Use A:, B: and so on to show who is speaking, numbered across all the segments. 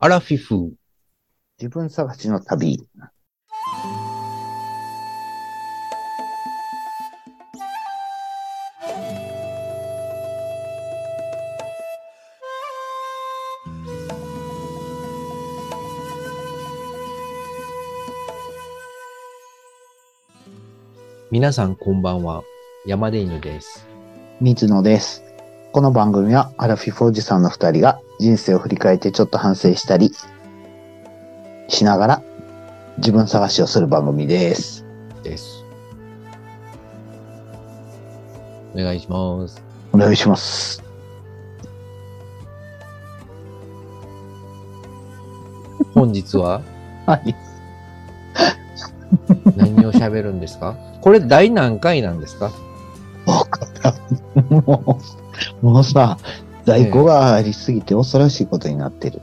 A: アラフィフ。
B: 自分探しの旅。
A: 皆さんこんばんは。山出犬です。
B: 水野です。この番組はアラフィフおじさんの二人が人生を振り返ってちょっと反省したりしながら自分探しをする番組です。
A: です。お願いします。
B: お願いします。
A: 本日は
B: はい。
A: 何を喋るんですかこれ第何回なんですか
B: もう、もうさ、在庫がありすぎて恐ろしいことになってる。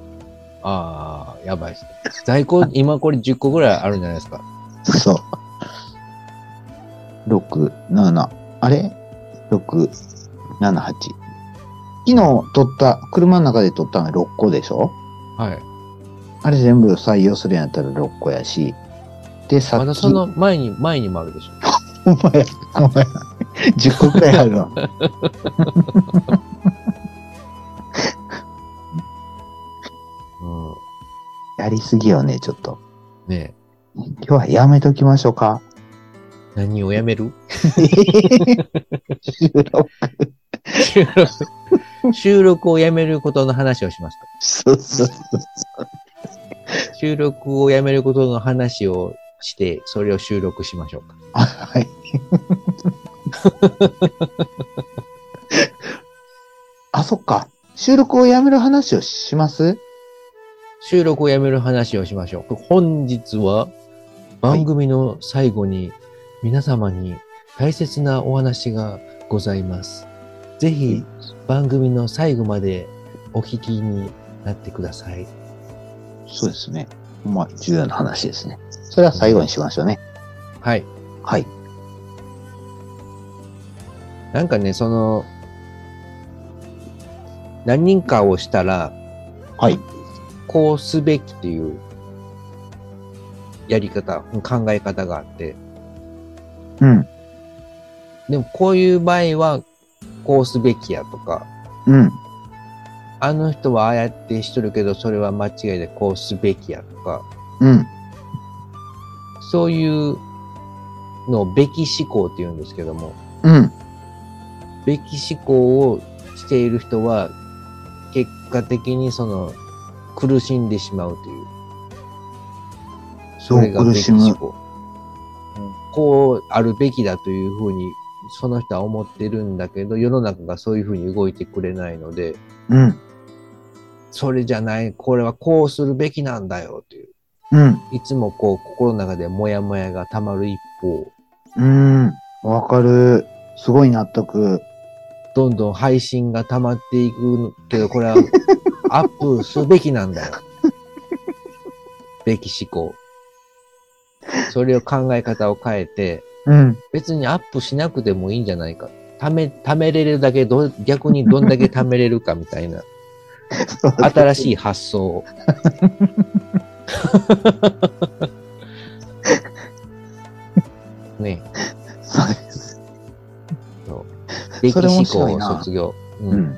A: ああ、やばいですね。在庫、今これ10個ぐらいあるんじゃないですか
B: そう。6、7、あれ ?6、7、8。昨日撮った、車の中で撮ったの6個でしょ
A: はい。
B: あれ全部採用するんやったら6個やし。で、さっき、
A: まだその前に、前にもあるでしょ。
B: お前、お前、10個くらいあるわ。
A: う
B: やりすぎよね、ちょっと。
A: ん。ね
B: 今日はやめときましょうか。
A: え。何をやめる
B: 収録
A: 収録収録をやめることの話をします
B: そうそうそう
A: か。収録をやめることの話をして、それを収録しましょうか。
B: あはい。 あ、そっか。収録をやめる話をします
A: 収録をやめる話をしましょう。本日は番組の最後に皆様に大切なお話がございます。ぜひ番組の最後までお聞きになってください。
B: そうですね。まあ、重要な話ですね。それは最後にしましょうね。
A: はい。
B: はい。
A: なんかね、その、何人かをしたら、
B: はい。
A: こうすべきっていうやり方、考え方があって、
B: うん。
A: でもこういう場合は、こうすべきやとか、
B: うん。
A: あの人はああやってしとるけど、それは間違いでこうすべきやとか、
B: うん。
A: そういうのをべき思考って言うんですけども、
B: うん。
A: べき思考をしている人は、結果的にその、苦しんでしまうという。それがべき思考。こうあるべきだというふうに、その人は思ってるんだけど、世の中がそういうふうに動いてくれないので、
B: うん。
A: それじゃない、これはこうするべきなんだよという。
B: うん。
A: いつもこう心の中でモヤモヤが溜まる一方、
B: うん。わかる。すごい納得。
A: どんどん配信が溜まっていくけど、これはアップすべきなんだよ。べき思考。それを考え方を変えて、
B: うん。
A: 別にアップしなくてもいいんじゃないか。ため、ためれるだけど、逆にどんだけためれるかみたいな、新しい発想。ね
B: そうです。
A: え、歴
B: それ面
A: 史
B: 白い
A: 校
B: な
A: 卒業。う。
B: うんん。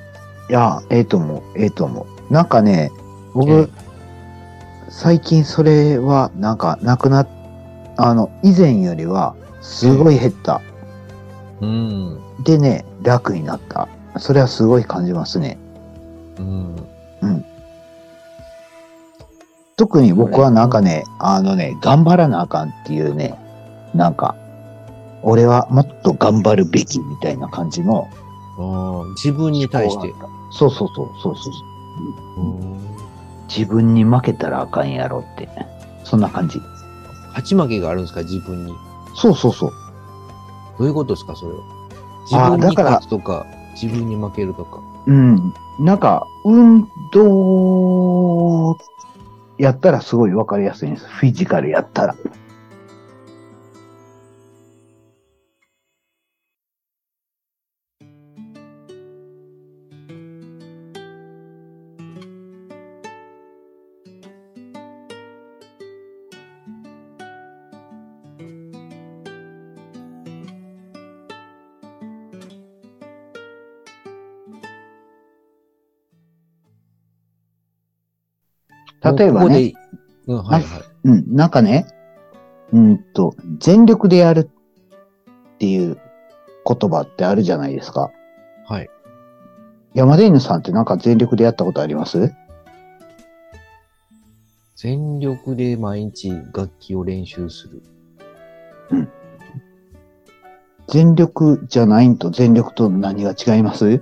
B: いや、ええと思う。ええと思う。なんかね、僕、
A: ええ
B: 最近それは、なんか、なくなっ、あの、以前よりは、すごい減った。
A: うん。
B: でね、楽になった。それはすごい感じますね。
A: うん。
B: 特に僕はなんかね、あのね、頑張らなあかんっていうね、なんか、俺はもっと頑張るべきみたいな感じの。
A: ああ自分に対して。。
B: そうそうそう、そうそうそう。
A: うん
B: 自分に負けたらあかんやろって。そんな感じ。
A: 勝ち負けがあるんですか、自分に。
B: そうそうそう。
A: どういうことですか、それは。自
B: あー
A: 分に
B: だから
A: 勝つとか、自分に負けるとか。
B: うん。なんか、運動やったらすごいわかりやすいんです。フィジカルやったら。例えば
A: ここ
B: ね、
A: で、うん、はいはい。
B: うん、なんかね、うんと、全力でやるっていう言葉ってあるじゃないですか。
A: はい。
B: 山田犬さんってなんか全力でやったことあります
A: 全力で毎日楽器を練習する。
B: 全力じゃないんと全力と何が違います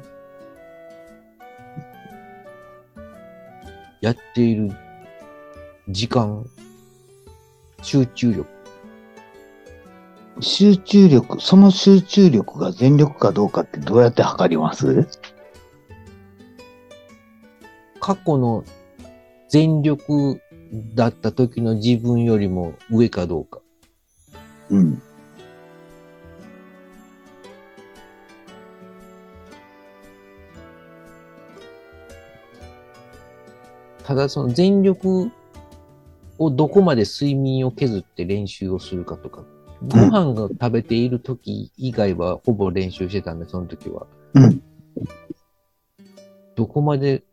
A: やっている時間、集中力。
B: 集中力、その集中力が全力かどうかってどうやって測ります
A: 過去の全力だった時の自分よりも上かどうか。
B: うん。
A: ただその全力をどこまで睡眠を削って練習をするかとか、ご飯が食べている時以外はほぼ練習してたんで、その時は。
B: うん
A: どこまで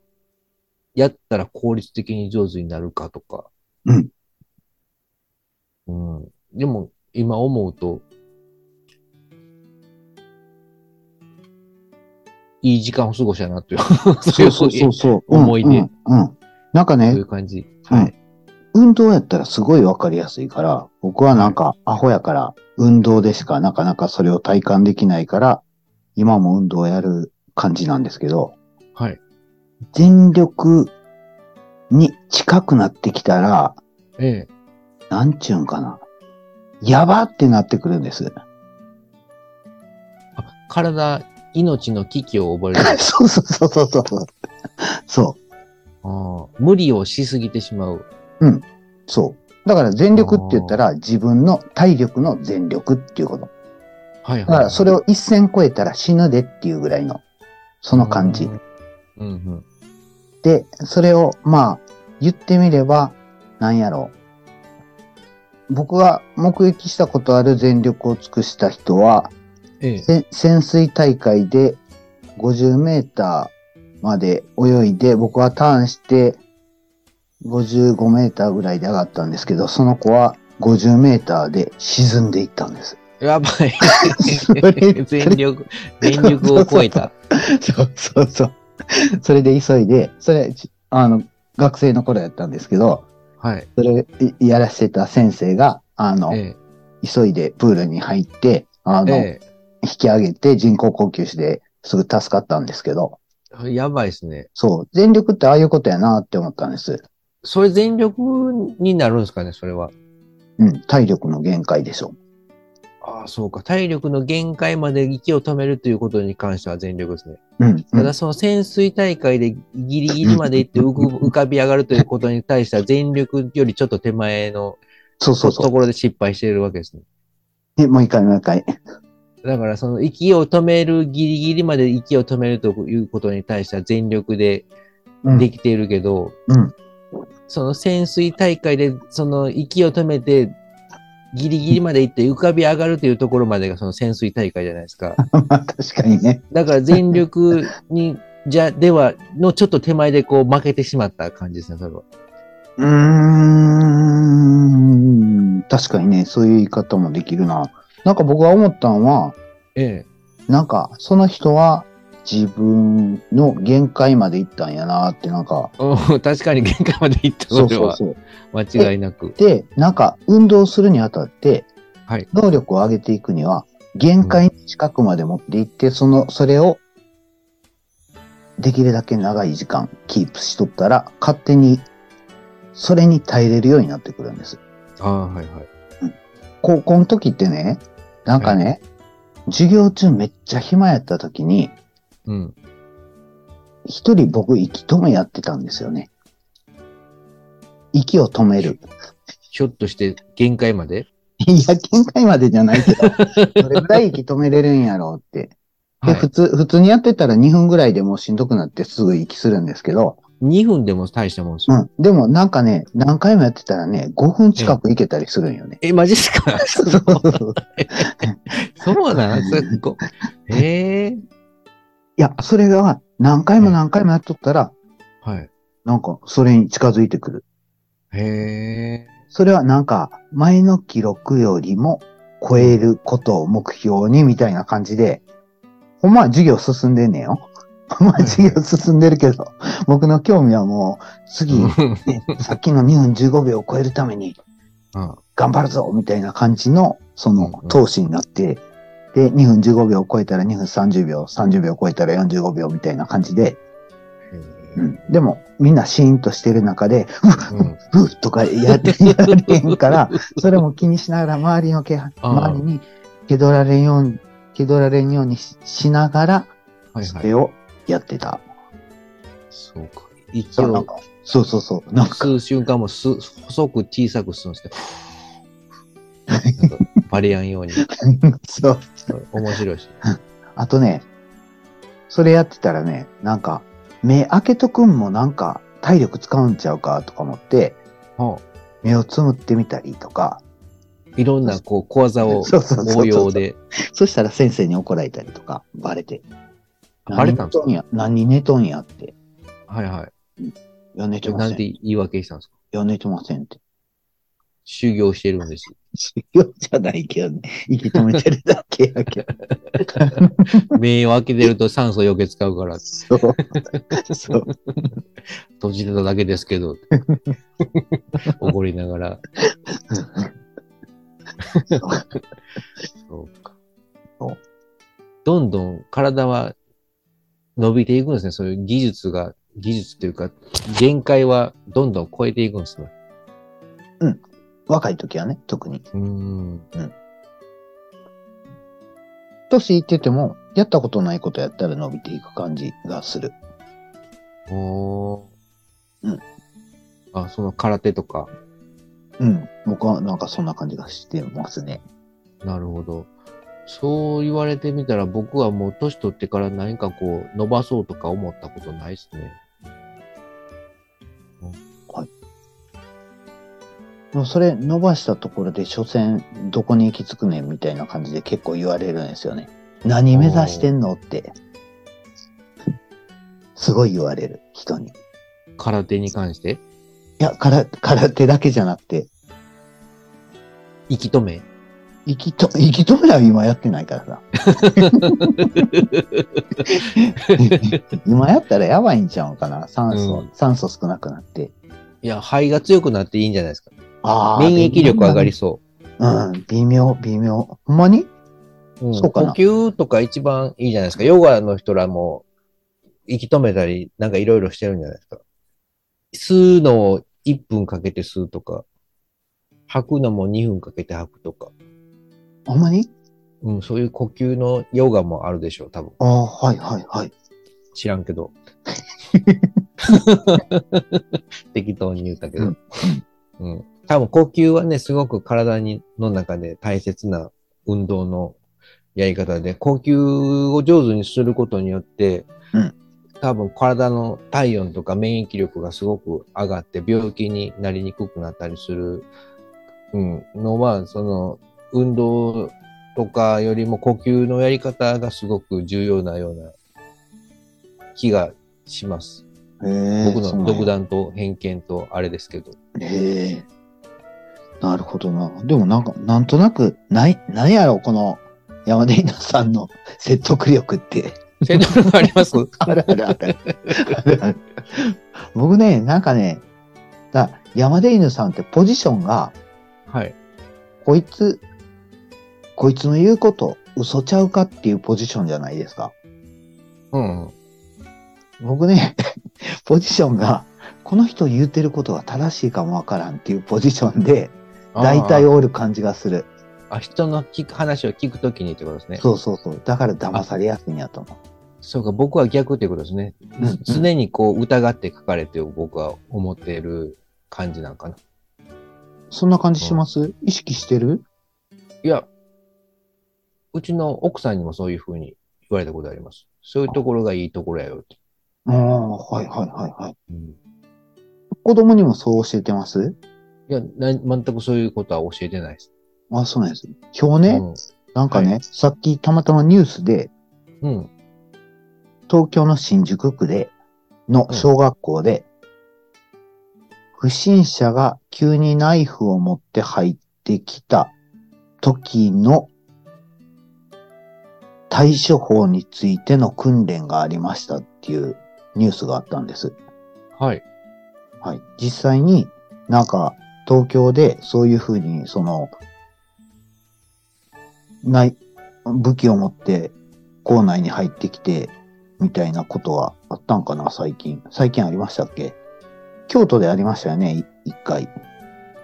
A: やったら効率的に上手になるかとか。
B: うん
A: うん。でも、今思うと、いい時間を過ごしたなという、
B: そう そうそうそう。
A: 思い出
B: うんうんうん。なんか
A: そうい
B: ね
A: う、感じ。
B: うん。運動やったらすごいわかりやすいから、僕はなんかアホやから、運動でしかなかなかそれを体感できないから、今も運動をやる感じなんですけど、
A: はい。
B: 全力に近くなってきたら、
A: ええ。
B: なんちゅうんかな。やばってなってくるんです。
A: あ体、命の危機を覚える。
B: そうそうそうそうそう。そ
A: ああ無理をしすぎてしまう。
B: う、そう。だから全力って言ったら自分の体力の全力っていうこと。
A: はいはい。
B: だからそれを一線超えたら死ぬでっていうぐらいの、その感じ
A: う。んうん
B: で、それを、まあ、言ってみれば、なんやろう。僕が目撃したことある全力を尽くした人は、
A: ええ。
B: せ潜水大会で50メーターまで泳いで、僕はターンして55メーターぐらいで上がったんですけど、その子は50メーターで沈んでいったんです。
A: やばい
B: それ。
A: 全力、全力を超えた。
B: そうそうそう。それで急いで、それ、ちあの、学生の頃やったんですけど、
A: はい。
B: それいやらせてた先生が、あの、
A: え
B: 急いでプールに入って、あ
A: え。
B: の、
A: え
B: 引き上げて人工呼吸士ですぐ助かったんですけど、
A: え。やばいですね。
B: そう、全力ってああいうことやなって思ったんです。
A: それ全力になるんですかね、それは。
B: うん、体力の限界でしょ。
A: ああ、そうか。体力の限界まで息を止めるということに関しては全力ですね。
B: うん、う
A: た
B: ん
A: だ、その潜水大会でギリギリまで行って浮く浮かび上がるということに対しては全力よりちょっと手前の
B: そうそう
A: と
B: そ
A: ころで失敗しているわけですね。
B: う。で、もう一回もう一回。
A: だからその息を止めるギリギリまで息を止めるということに対しては全力で
B: うん
A: できているけど、
B: うん
A: その潜水大会でその息を止めてギリギリまで行って浮かび上がるというところまでがその潜水大会じゃないですか。
B: まあ 確かにね。
A: だから全力に、じゃ、では、のちょっと手前でこう負けてしまった感じですね、それ は。
B: うーん、確かにね、そういう言い方もできるな。なんか僕が思ったのは、
A: ええ。
B: なんか、その人は自分の限界まで行ったんやなって、なんか、
A: うん確かに限界まで行った、
B: そ
A: そうれ
B: そう
A: は。
B: そう。
A: 間違いなく。
B: で、なんか、運動するにあたって、
A: はい。
B: 能力を上げていくには、限界に近くまで持っていって、その、それを、できるだけ長い時間キープしとったら、勝手に、それに耐えれるようになってくるんです。
A: ああ、はいはい。
B: 高校の時ってね、なんかね、授業中めっちゃ暇やった時に、
A: うん。
B: 一人僕、息止めやってたんですよね。息を止める。
A: ひょっとして限界まで
B: いや、限界までじゃないけ ど、どれぐらい息止めれるんやろうって。
A: は
B: で、
A: い
B: 普通、普通にやってたら2分ぐらいでもうしんどくなってすぐ息するんですけど、
A: 2分でも大したもんです
B: う
A: よ。
B: ん。でもなんかね、何回もやってたらね、5分近くいけたりするんよね。
A: え、マジっすか
B: そうそう そう。
A: そうなんすご へえ。
B: いや、それが何回も何回もやっとったら、
A: はい。
B: なんかそれに近づいてくる。
A: へえ。
B: それはなんか、前の記録よりも超えることを目標にみたいな感じで、ほんまは授業進んでんねんよ。ほんまは授業進んでるけど、僕の興味はもう、次、 ねさっきの2分15秒を超えるために
A: うん。
B: 頑張るぞみたいな感じの、その
A: うんうん
B: 投資になって、で、2分15秒を超えたら2分30秒、30秒を超えたら45秒みたいな感じで、うん、でも、みんなシーンとしてる中で、
A: うん。
B: ふっとか やってやれへんから、それも気にしながら周りの気配、
A: ああ
B: 周りに気取られんように、気取られんようにししながら、
A: はい
B: そ
A: は
B: れ
A: い。
B: をやってた。
A: そうか。息
B: そうなん
A: を
B: かそうそうそう。なんか、
A: 吸う瞬間もす細く小さく吸うんですけど、なんかバレやんように。
B: そう。
A: 面白いし。
B: あとね、それやってたらね、なんか、目開けとくんもなんか、体力使うんちゃうかとか思って、
A: は
B: 目をつむってみたりとか、
A: あいろんなこう小技を
B: そうそうそうそう
A: 応用で。
B: そしたら先生に怒られたりとか、バレて。
A: バレたんですか
B: 何寝とんや何寝とんやって。
A: はいはい
B: や、寝て
A: い。
B: ま
A: な
B: せ
A: ん
B: ん。
A: て
B: い
A: 言い訳したんですか
B: や、寝てませんって。
A: 修行してるんです。
B: 修行じゃ ないけどね。息止めてるだけやけど。
A: 目を開けてると酸素余計使うから、
B: そう。そう。
A: 閉じてただけです けど、怒りながら。そうか
B: そう。
A: どんどん体は伸びていくんですね。そういう技術が、技術というか、限界はどんどん超えていくんですね。
B: 若い時はね、特に。
A: うーん。
B: 年いってても、やったことないことやったら伸びていく感じがする。
A: おー
B: うん。
A: あ、その空手とか。
B: うん。僕はなんかそんな感じがしてますね。
A: なるほど。そう言われてみたら僕はもう年取ってから何かこう伸ばそうとか思ったことないですね。
B: でもそれ伸ばしたところで、所詮どこに行き着くねんみたいな感じで結構言われるんですよね。何目指してんのって。すごい言われる、人に。い
A: 空手に関して。
B: や、から空手だけじゃなくて、
A: 息止 め。
B: 息と、 息止めは今やってないから さ。今やったらやばいんちゃうかな。酸素、
A: うん
B: 酸素少なくなって。
A: いや、肺が強くなっていいんじゃないですか。
B: あー
A: 免疫力上がり。そ
B: うん、微妙、微妙。ほんまに
A: う。うん、
B: そうかな
A: 呼吸とか一番いいじゃないですか。ヨガの人らも息止めたり、なんかいろいろしてるんじゃないですか。吸うのを1分かけて吸うとか、吐くのも2分かけて吐くとか。
B: ほんまに
A: うん、そういう呼吸のヨガもあるでしょう、多分。
B: ああ、はいはいはい。
A: 知らんけ ど。適当に言ったけど。うん。多分呼吸はね、すごく体にの中で大切な運動のやり方で、呼吸を上手にすることによって、
B: うん
A: 多分体の体温とか免疫力がすごく上がって病気になりにくくなったりする、うん、のは、その運動とかよりも呼吸のやり方がすごく重要なような気がします。
B: へえ
A: 僕
B: そう
A: の
B: なんや
A: 独断と偏見とあれです けど。
B: へえ。なるほどな。でもなんか、なんとなく、ない、なんやろ、この山根稲さんの 説得力って。
A: 戦闘力あります
B: あるあるある。あるある僕ね、なんかね、だ山出犬さんってポジションが、
A: はい。
B: こいつ、こいつの言うこと嘘ちゃうかっていうポジションじゃないですか。
A: うんうん。
B: 僕ね、 ポジションが、この人言うてることが正しいかもわからんっていうポジションで、大体
A: を。
B: おる感じがする。
A: あ、人の聞く話を聞くときにってことですね。
B: そうそうそう。だから騙されやすいんやと思
A: そうか、僕は逆ということですね。
B: う。うん
A: 常にこう疑って書かれて僕は思っている感じなんかな。
B: そんな感じします意識してる
A: いや、うちの奥さんにもそういうふうに言われたことあります。そういうところがいいところやよって。
B: ああ、はいはいはいはい。
A: うん
B: 子供にもそう教えてます
A: いやな、全くそういうことは教えてないです。
B: あそうなんです。今日ね、
A: うん
B: なんかね、
A: は
B: さっきたまたまニュースで、
A: うん。
B: 東京の新宿区で、の小学校で、不審者が急にナイフを持って入ってきた時の対処法についての訓練がありましたっていうニュースがあったんです。
A: はい。
B: はい。実際になんか東京でそういうふうにその、ない、武器を持って校内に入ってきてみたいなことはあったんかな最近。最近ありましたっけ京都でありましたよねい一回。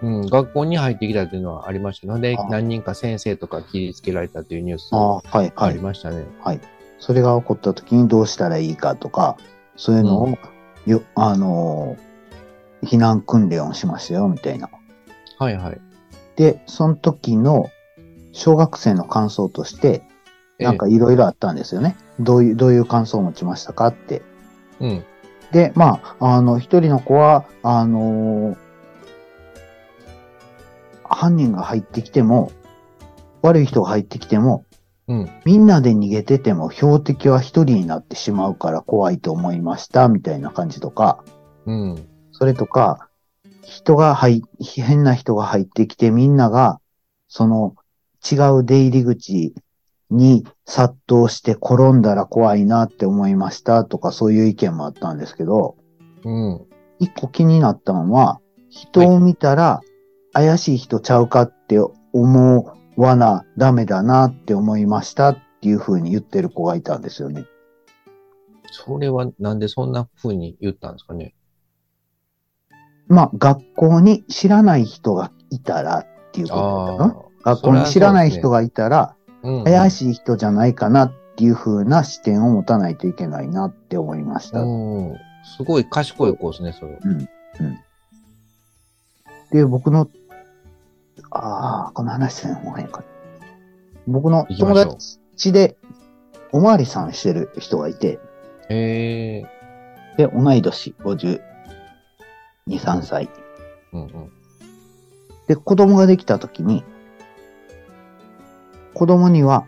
A: うん、学校に入ってきたっていうのはありましたので
B: あ、
A: 何人か先生とか切りつけられたというニュース
B: ああ、はいは
A: あ
B: い
A: り。ましたね。
B: それが起こった時にどうしたらいいかとか、そういうのを、
A: う
B: よあのー避難訓練をしましたよ、みたいな。
A: はいはい。
B: で、その時の小学生の感想として、
A: ええ
B: なんかいろいろあったんですよね。どういう、どういう感想を持ちましたかって。
A: うん。
B: で、まあ、あの、一人の子は、あのー犯人が入ってきても、悪い人が入ってきても、
A: うん。
B: みんなで逃げてても標的は一人になってしまうから怖いと思いました、みたいな感じとか、
A: うん。
B: それとか、人が入、変な人が入ってきてみんなが、その違う出入り口に殺到して転んだら怖いなって思いましたとかそういう意見もあったんですけど、
A: うん。
B: 一個気になったのは、人を見たら怪しい人ちゃうかって思わなダメだなって思いましたっていう風に言ってる子がいたんですよね。
A: それはなんでそんな風に言ったんですかね。
B: まあ、学校に知らない人がいたらっていうことだったかな。学校に知らない人がいたら、
A: あー、うん
B: 怪しい人じゃないかなっていう風な視点を持たないといけないなって思いました。
A: うん。すごい賢い子ですね、それ。
B: で、僕の、ああ、この話せん方がいいか。僕の
A: 行きま
B: 友
A: しょう
B: 達で、おまわりさんしてる人がいて、
A: へえー。
B: で、同い年、52、3歳。
A: うんうん。
B: で、子供ができた時に、子供には、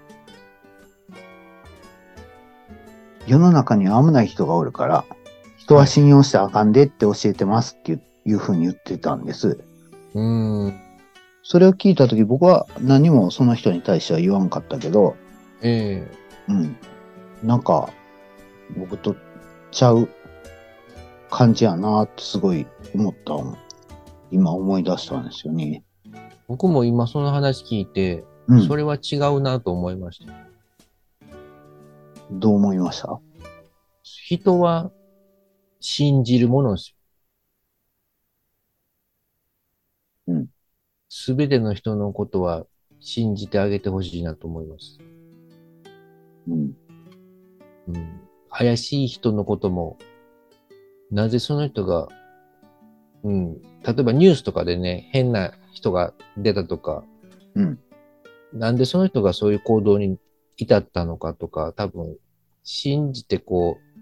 B: 世の中には危ない人がおるから、人は信用してあかんでって教えてますっていういうふうに言ってたんです。
A: うーん。
B: それを聞いた時僕は何もその人に対しては言わんかったけど、
A: ええ
B: うん。なんか、僕とちゃう感じやなってすごい思ったの今思い出したんですよね。
A: 僕も今その話聞いて、
B: うん。
A: それは違うなと思いました。
B: どう思いました
A: 人は信じるものです
B: う
A: よ
B: ん。
A: すべての人のことは信じてあげてほしいなと思います。
B: うん。
A: うん。怪しい人のことも、なぜその人が、うん。例えばニュースとかでね、変な人が出たとか、
B: うん。
A: なんでその人がそういう行動に至ったのかとか、多分、信じてこう、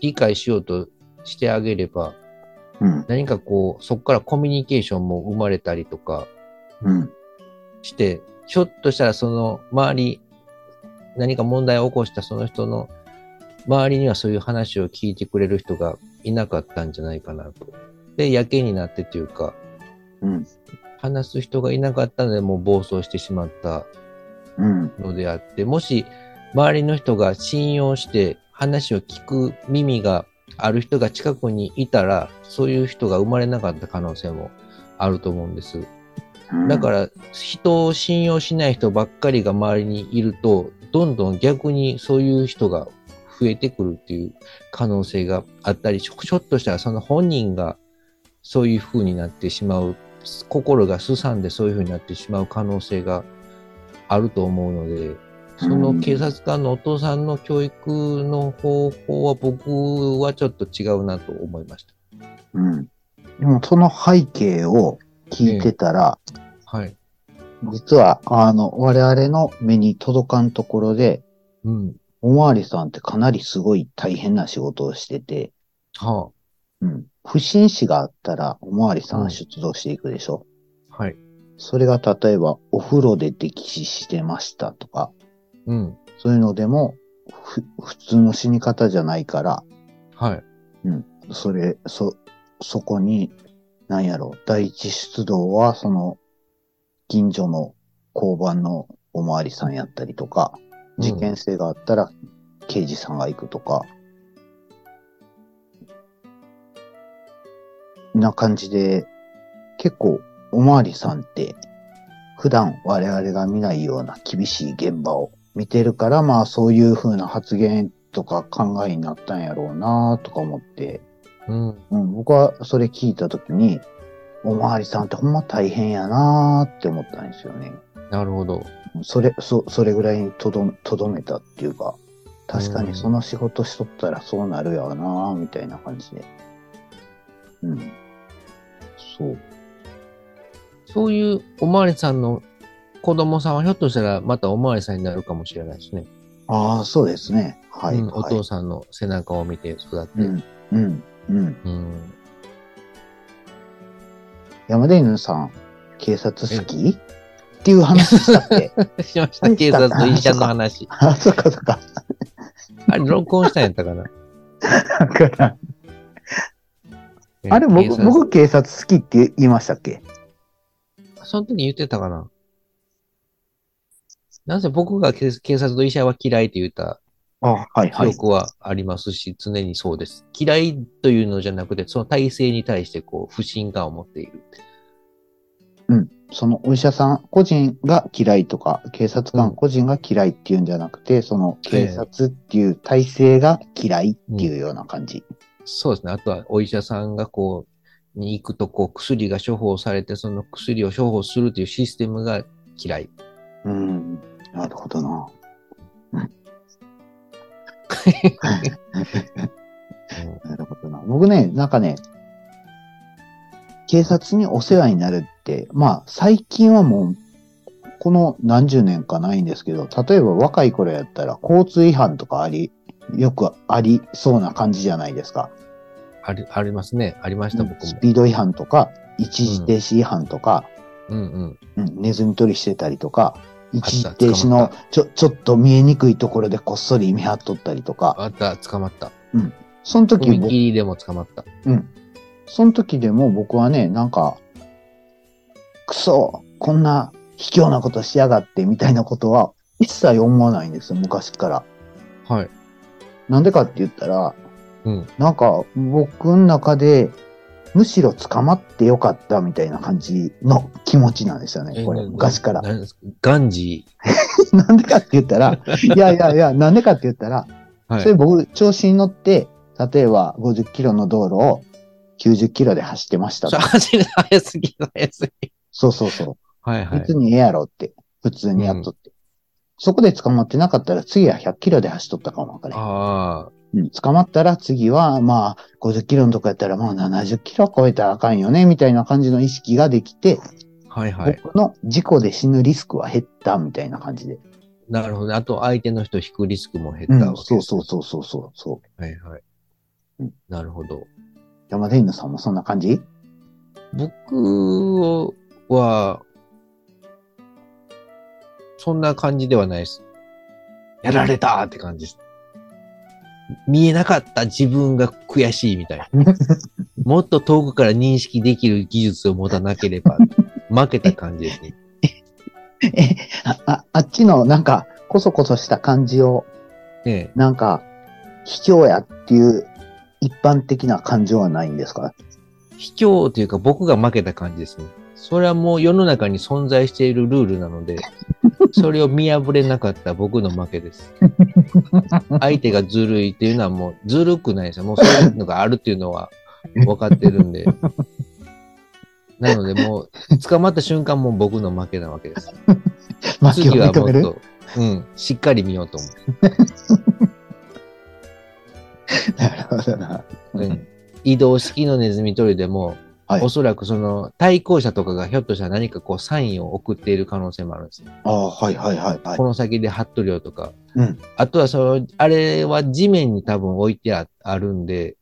A: 理解しようとしてあげれば、
B: うん。
A: 何かこう、そこからコミュニケーションも生まれたりとか
B: うん。
A: して、ひょっとしたらその周り、何か問題を起こしたその人の周りにはそういう話を聞いてくれる人がいなかったんじゃないかなと。で、やけになってというか、
B: うん。
A: 話す人がいなかったのでもう暴走してしまった
B: うん。、
A: のであって、もし周りの人が信用して話を聞く耳がある人が近くにいたら、そういう人が生まれなかった可能性もあると思うんです。だからら、人を信用しない人ばっかりが周りにいると、どんどん逆にそういう人が増えてくるっていう可能性があったり、ちょちょっとしたらその本人がそういう風になってしまう、心がすさんでそういう風になってしまう可能性があると思うので、その警察官のお父さんの教育の方法は僕はちょっと違うなと思いました。
B: うん。でも、その背景を聞いてたら、
A: はい。
B: 実は、あの、我々の目に届かんところで、
A: うん。
B: おまわりさんってかなりすごい大変な仕事をしてて、
A: は
B: うん。不審死があったら、おまわりさんは出動していくでしょ。
A: あ。はい。
B: それが例えば、お風呂で溺死してましたとか、
A: うん。
B: そういうのでも、ふ普通の死に方じゃないから、
A: はい。
B: それ、そ、そこになんやろう、第一出動は、その、近所の交番のおまわりさんやったりとか、事件性があったら刑事さんが行くとか、な感じで、結構、おまわりさんって、普段我々が見ないような厳しい現場を見てるから、まあそういう風な発言とか考えになったんやろうなとか思って、
A: うん。
B: うん、僕はそれ聞いたときに、おまわりさんってほんま大変やなーって思ったんですよね。
A: なるほど。
B: それ、そ、それぐらいにとど、とどめたっていうか、確かにその仕事しとったらそうなるやろなーみたいな感じで。うん。そう。
A: そういうおまわりさんの子供さんはひょっとしたらまたおまわりさんになるかもしれないですね。
B: ああ、そうですね。はい。
A: うんお
B: はい
A: 父さんの背中を見て育って。
B: うん、うん、うん。
A: うん
B: 山田犬さん、警察好きっていう話したっけ
A: しました。警察と医者の話。
B: あ、そっかそっか。
A: あれ、録音したんやったかな。
B: だから、 あれ、
A: 警
B: 僕、
A: 察
B: 僕警察好きって言いましたっけ
A: その時言ってたかな。なんせ僕が警警察と医者は嫌いって言った
B: あ、はい、は
A: 記
B: い。
A: 憶はありますし、常にそうです。嫌いというのじゃなくて、その体制に対してこう不信感を持っている。
B: そのお医者さん個人が嫌いとか、警察官個人が嫌いっていうんじゃなくて、その警察っていう体制が嫌いっていうような感じ。
A: そうですね。あとはお医者さんがこう、に行くとこう薬が処方されて、その薬を処方するというシステムが嫌い。
B: うん、なるほどな。
A: うん
B: なるほどな。僕ね、なんかね、警察にお世話になるって、まあ、最近はもう、この何十年かないんですけど、例えば若い頃やったら交通違反とかあり、よくありそうな感じじゃないですか。
A: あり、ありますね。ありました、僕
B: ス
A: も。
B: ピード違反とか、一時停止違反とか、
A: うんうん。
B: うんネズミ捕りしてたりとか、一時停止
A: 捕ま
B: の
A: っ
B: ちょちょっと見えにくいところでこっそり見張っとったりとか、
A: あった、捕まった。
B: その時
A: 踏
B: 僕
A: 切でも捕まった。
B: うん。その時でも僕はね、なんか、くそ、こんな卑怯なことしやがってみたいなことは一切思わないんですよ、昔から。
A: はい。
B: なんでかって言ったら、
A: うん。
B: なんか僕の中で、むしろ捕まってよかったみたいな感じの気持ちなんですよね、これ、
A: えー
B: 昔から。
A: ななんですガンジ
B: なんでかって言ったら、いやいやいや、なんでかって言ったら、
A: ー。は
B: それ僕、調子に乗って、例えば50キロの道路を90キロで走って ましたと
A: そう。走るの早すぎる、早すぎる。
B: そうそうそう。
A: はいはい。
B: 別にええやろって、普通にやっとって。そこで捕まってなかったら次は100キロで走っとったかもわからん
A: ああ、
B: うん。捕まったら次は、まあ、50キロのとこやったらもう70キロ超えたらあかんよね、みたいな感じの意識ができて、
A: はいはい。
B: 僕の事故で死ぬリスクは減った、みたいな感じで。
A: なるほどね。あと、相手の人を引くリスクも減
B: う
A: ったわ
B: ん、
A: け。
B: そうそううそうそうそうそう。
A: はいはい
B: うん。
A: なるほど。
B: 山田犬さんもそんな感じ
A: 僕は、そんな感じではないです。やられたって感じです。見えなかった自分が悔しいみたいな。もっと遠くから認識できる技術を持たなければ、負けた感じですね。
B: え、 あ、ああっちのなんか、コソコソした感じを、
A: ね
B: なんか、卑怯やっていう一般的な感情はないんで すか
A: え卑怯というか僕が負けた感じですね。それはもう世の中に存在しているルールなの で、それを見破れなかった僕の負けです。相手がずるいっていうのはもうずるくないですよ。もうそういうのがあるっていうのは分かってるんで。なのでもう捕まった瞬間もう僕の負けなわけです。
B: 負けを
A: 次は
B: 認
A: も
B: め
A: っ
B: る
A: と、 うん、しっかり見ようと思
B: なるほどな。
A: う。うん、移動式のネズミ捕りでも、
B: はい
A: おそらくその対向車とかがひょっとしたら何かこうサインを送っている可能性もあるんですよ
B: ああ、はいはいはいはい
A: こ。の先で貼っとるよとか、
B: うん
A: あとはその、あれは地面に多分置いてああるんで、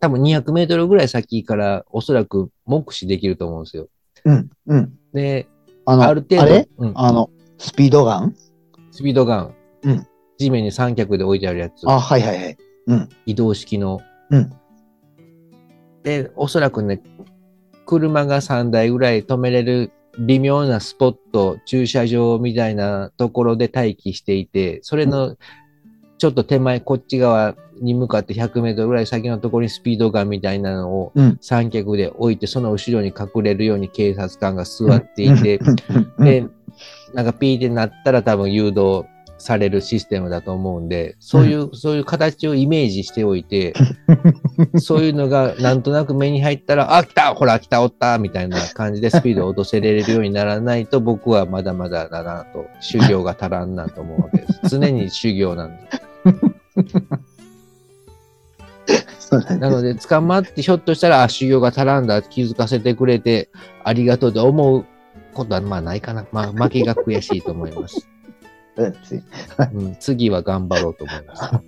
A: 多分200メートルぐらい先からおそらく目視できると思うんですよ。
B: うん、うん。
A: で、
B: あの、
A: あ
B: あ
A: る程度、
B: れ
A: うん
B: あの、スピードガン
A: スピードガン、
B: うん
A: 地面に三脚で置いてあるやつ、
B: あはいはいはい。うん、
A: 移動式の。
B: うん。
A: で、おそらくね、車が3台ぐらい止めれる微妙なスポット、駐車場みたいなところで待機していて、それのちょっと手前、こっち側に向かって100メートルぐらい先のところにスピードガンみたいなのを
B: うん
A: 三脚で置いて、その後ろに隠れるように警察官が座っていて、で、なんかピーってなったら多分誘導されるシステムだと思うんで、そういう、そういう形をイメージしておい て、そういうのがなんとなく目に入ったら、あ、来たほら来たおったみたいな感じでスピードを落とせれるようにならないと、僕はまだまだだなと、修行が足らんなと思うわけです。 常に修行なんで。
B: そうなん
A: な
B: で
A: の
B: す
A: で、捕まってひょっとしたら、あ、修行が足らんだ、気づかせてくれて、ありがとうと思うことはまあないかな。まあ、負けが悔しいと思います。
B: そうですね。
A: うん、次は頑張ろうと思います。
B: はい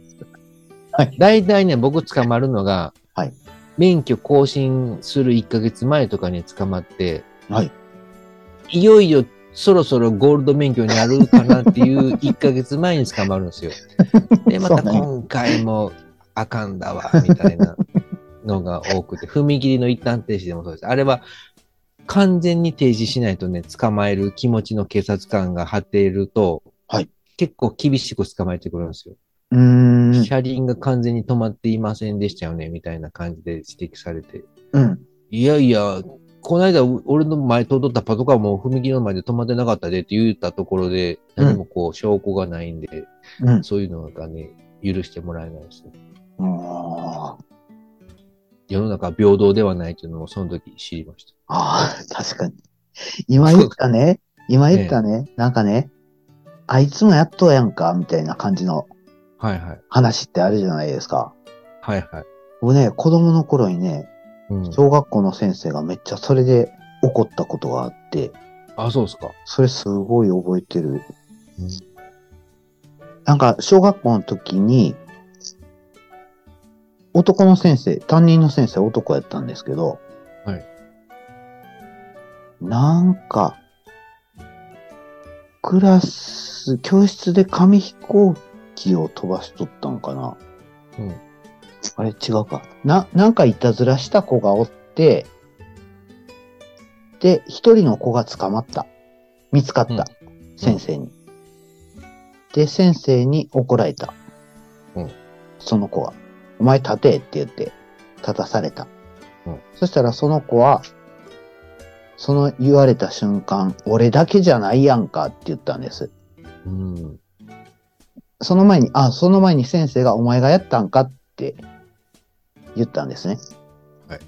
A: 大体ね、僕捕まるのが、
B: はい
A: 免許更新する1ヶ月前とかに捕まって、
B: はい。
A: いよいよそろそろゴールド免許になるかなっていう 1ヶ月前に捕まるんですよ。で、ま
B: そ
A: た
B: うなんや
A: 今回もあかんだわ、みたいなのが多くて、踏切の一旦停止でもそうです。あれは完全に停止しないとね、捕まえる気持ちの警察官が張っていると、
B: はい
A: 結構厳しく捕まえてくるんですよ。
B: うーん。
A: 車輪が完全に止まっていませんでしたよね、みたいな感じで指摘されて。
B: うん。
A: いやいや、この間う俺の前通ったパトカーも踏切の前で止まってなかったでって言ったところで、
B: うん
A: 何もこう証拠がないんで、
B: うん。
A: そういうのがね、許してもらえないですね。
B: あー
A: 世の中平等ではないというのをその時知りました。
B: あー、確かに。今言ったね。今言ったね。なんかね、あいつもやっとうやんか、みたいな感じの
A: はいはい。
B: 話ってあるじゃないですか。
A: はいはい。
B: 僕ね、子供の頃にね、
A: うん、
B: 小学校の先生がめっちゃそれで怒ったことがあって、
A: あ、そうですか。
B: それすごい覚えてる
A: うん。
B: なんか、小学校の時に、男の先生、担任の先生男やったんですけど、
A: はい
B: なんか、クラス、教室で紙飛行機を飛ばしとったんかな。
A: うん
B: あれ違うか。な、なんかいたずらした子がおって、で、一人の子が捕まった。見つかった。
A: うん
B: 先生に。で、先生に怒られた。
A: うん
B: その子は。お前立てって言って、立たされた。
A: うん
B: そしたらその子は、その言われた瞬間、俺だけじゃないやんかって言ったんです。
A: うん。
B: その前に、あ、その前に先生がお前がやったんかって言ったんですね。
A: はい。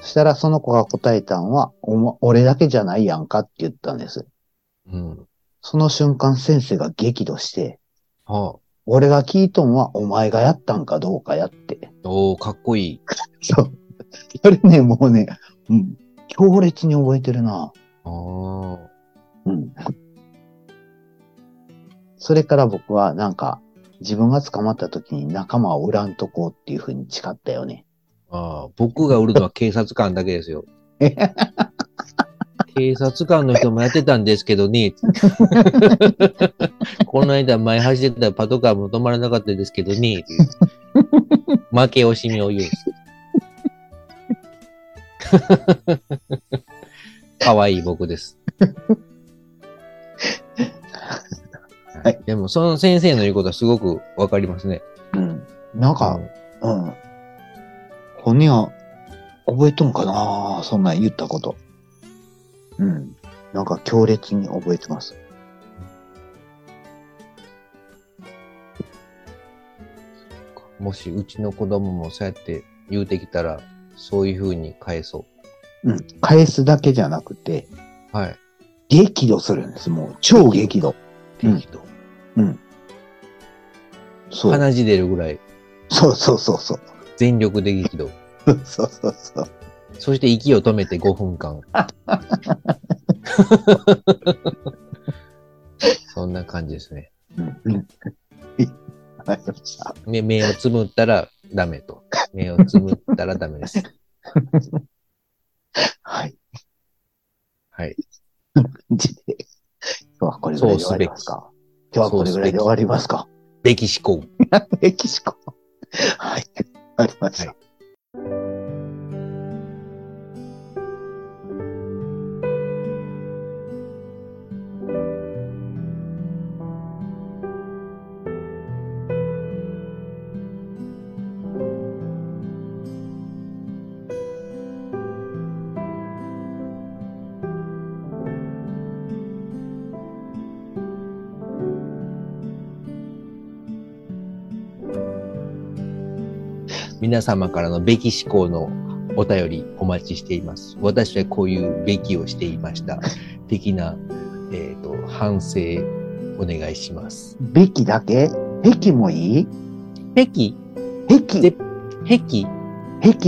B: そしたらその子が答えたんは、おも俺だけじゃないやんかって言ったんです。
A: うん。
B: その瞬間先生が激怒して、
A: は
B: 俺が聞いとんはお前がやったんかどうかやって。
A: あ。おー、かっこいい。
B: そう。それね、もうね、うん、強烈に覚えてる
A: あ
B: な。
A: あ。
B: うん。それから僕はなんか、自分が捕まった時に仲間を恨んとこうっていう風に誓ったよね。
A: ああ、僕が売るのは警察官だけです よ。警察官の人もやってたんですけど ね。この間前走ってたパトカーも止まらなかったですけどね。負け惜しみを言うん です。かわいい僕です。
B: はい
A: でも、その先生の言うことはすごくわかりますね。
B: うん。なんか、うん。本人は覚えとんかなそんなん言ったこと。うん。なんか強烈に覚えてます。
A: もしうちの子供もそうやって言うてきたら、そういうふうに返そ
B: うん。返すだけじゃなくて、
A: う。はい。
B: 激怒するんです。もう、超激怒。うん
A: 適当。
B: そう。
A: 鼻血出るぐらい
B: そうそうそうそう。
A: 全力で激怒。
B: そうそうそう。
A: そして息を止めて5分 間。そんな感じですね。
B: うん。うん。はいわかりました。
A: 目目をつむったらダメと。目をつむったらダメです。
B: はい。
A: はい。
B: じで今日はこれぐらいで終わりますか今日はこれぐらいで終わりますか
A: べき思考。
B: メキシコ。はい。わかりました。
A: 皆様からのべき思考のお便りお待ちしています。私はこういうべきをしていました。的な、えっ、と、反省お願いします。
B: べきだけべきもいい
A: べき、
B: べき
A: でべき、
B: べき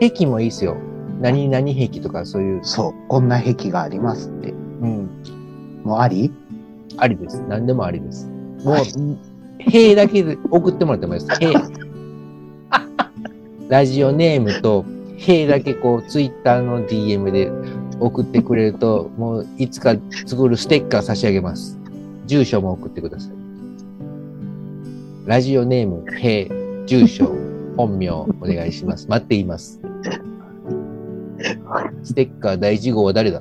A: べきもいいですよ。何々べきとかそういう、
B: そう、こんな壁がありますって。
A: うん、
B: もうあり
A: ありです。何でもありです。も
B: は
A: う
B: い、
A: へいだけで送ってもらってもいい です。へい。ラジオネームと、へいだけこう、ツイッターの DM で送ってくれると、もういつか作るステッカー差し上げます。住所も送ってください。ラジオネーム、へい、住所、本名、お願いします。待っています。 ステッカー第1号は誰だ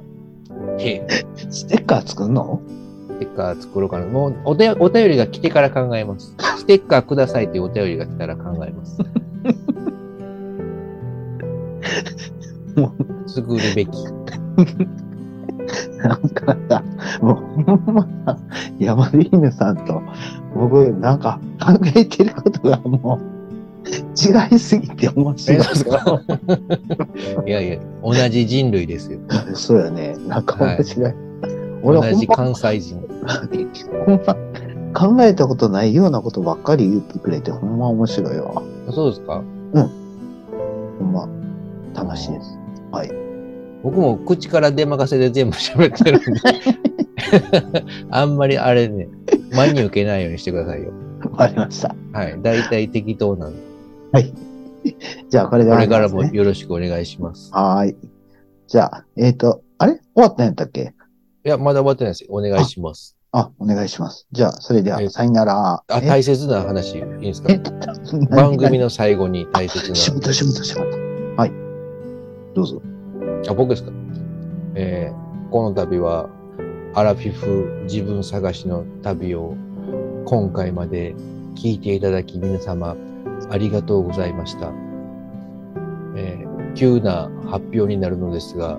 A: へい。
B: ステッカー作んの
A: ステッカー作ろうかな。もうお便お便りが来てから考えます。ステッカーくださいというお便りが来たら考えます。
B: も
A: 作るべき。
B: なんかさ、もうほんまさ、山田犬さんと、僕、なんか考えてることがもう、違いすぎて面白い。
A: いやいや、同じ人類ですよ。
B: そうやね。なんか面白い。俺
A: 同
B: ほん
A: じ
B: ま
A: 関西人。
B: ほんま考えたことないようなことばっかり言ってくれて、ほんま面白いわ。
A: そうですか
B: ほんま、楽しいです。
A: 僕も口から出任せで全部喋ってるんで。 あんまりあれね、真に受けないようにしてくださいよ。
B: わかりました。
A: はい。大体適当なんで。
B: じゃあ、これで
A: こ
B: 終わ
A: れ
B: り
A: から
B: ますね、
A: もよろしくお願いします。
B: はーい。じゃあ、えっ、と、あれ終わったんやったっけ
A: いや、まだ終わってないですよ。お願いします。
B: あ、お願いします。じゃあ、それで
A: え
B: は、さよなら。
A: あ、
B: え
A: 大切な話、いいんですか
B: え
A: 番組の最後に大切
B: しまっ
A: な。
B: た、しまった、しまった。はい。どうぞ。
A: あ、僕ですかえーこの度は、アラフィフ自分探しの旅を今回まで聞いていただき皆様ありがとうございました。えー急な発表になるのですが、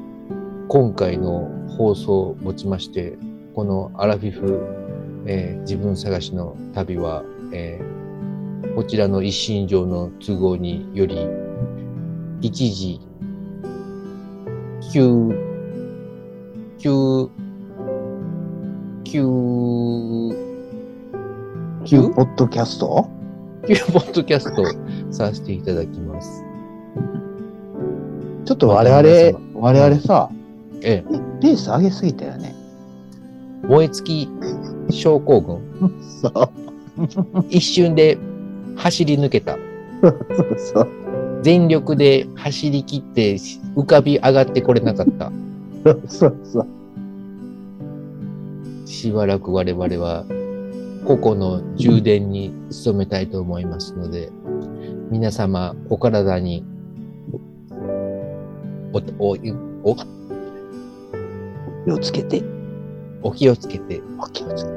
A: 今回の放送をもちまして、このアラフィフ、えー自分探しの旅は、えーこちらの一身上の都合により、一時、休、休、休、
B: 旧ポッドキャスト
A: 旧ポッドキャストをさせていただきます。
B: ちょっと我々、
A: また皆様
B: 我々さ、
A: ええ、
B: ペース上げすぎたよね。
A: 燃え尽き症候群。
B: そう、
A: 一瞬で走り抜けた。
B: そう、そう。
A: 全力で走り切って浮かび上がってこれなかった。
B: そうそうそう。
A: しばらく我々は個々の充電に努めたいと思いますので、皆様お体にお、お、お、
B: 気をつけて。
A: お気をつけて、
B: お気をつけて。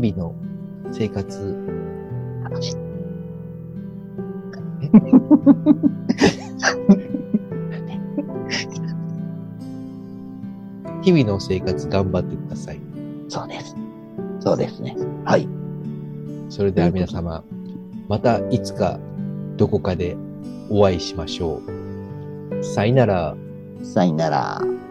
A: 日々の生活、
B: 楽しい
A: 日々の生活頑張ってください。
B: そうです。そうですね。はい。
A: それでは皆様、またいつかどこかでお会いしましょう。さよなら。
B: さよなら。